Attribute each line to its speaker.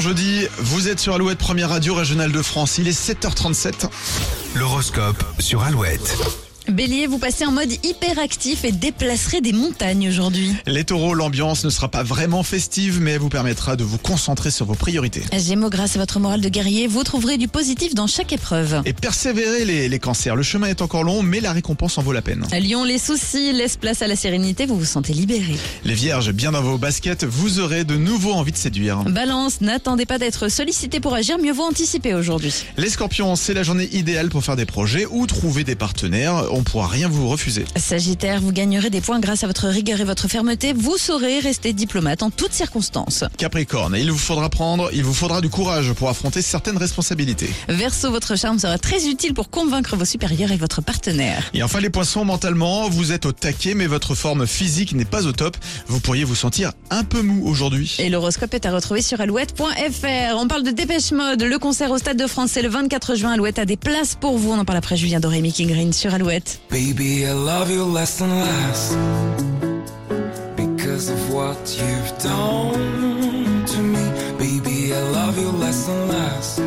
Speaker 1: jeudi, vous êtes sur Alouette Première Radio Régionale de France, il est 7h37.
Speaker 2: L'horoscope sur Alouette.
Speaker 3: Bélier, vous passez en mode hyperactif et déplacerez des montagnes aujourd'hui.
Speaker 1: Les taureaux, l'ambiance ne sera pas vraiment festive mais elle vous permettra de vous concentrer sur vos priorités.
Speaker 3: Gémeaux, grâce à votre morale de guerrier, vous trouverez du positif dans chaque épreuve.
Speaker 1: Et persévérez les, les cancers, le chemin est encore long mais la récompense en vaut la peine.
Speaker 3: À Lyon, les soucis laissent place à la sérénité, vous vous sentez libéré.
Speaker 1: Les vierges, bien dans vos baskets, vous aurez de nouveau envie de séduire.
Speaker 3: Balance, n'attendez pas d'être sollicité pour agir, mieux vaut anticiper aujourd'hui.
Speaker 1: Les scorpions, c'est la journée idéale pour faire des projets ou trouver des partenaires, on pourra rien vous refuser.
Speaker 3: Sagittaire, vous gagnerez des points grâce à votre rigueur et votre fermeté, vous saurez rester diplomate en toutes circonstances.
Speaker 1: Capricorne, il vous faudra prendre, il vous faudra du courage pour affronter certaines responsabilités.
Speaker 3: Verseau, votre charme sera très utile pour convaincre vos supérieurs et votre partenaire.
Speaker 1: Et enfin les poissons, mentalement, vous êtes au taquet mais votre forme physique n'est pas au top, vous pourriez vous sentir un peu mou aujourd'hui.
Speaker 3: Et l'horoscope est à retrouver sur alouette.fr. On parle de dépêche mode, le concert au Stade de France, c'est le 24 juin. Alouette a des places pour vous. On en parle après Julien Doré, Mickey Green sur Alouette.
Speaker 4: Baby, I love you less and less because of what you've done to me. Baby, I love you less and less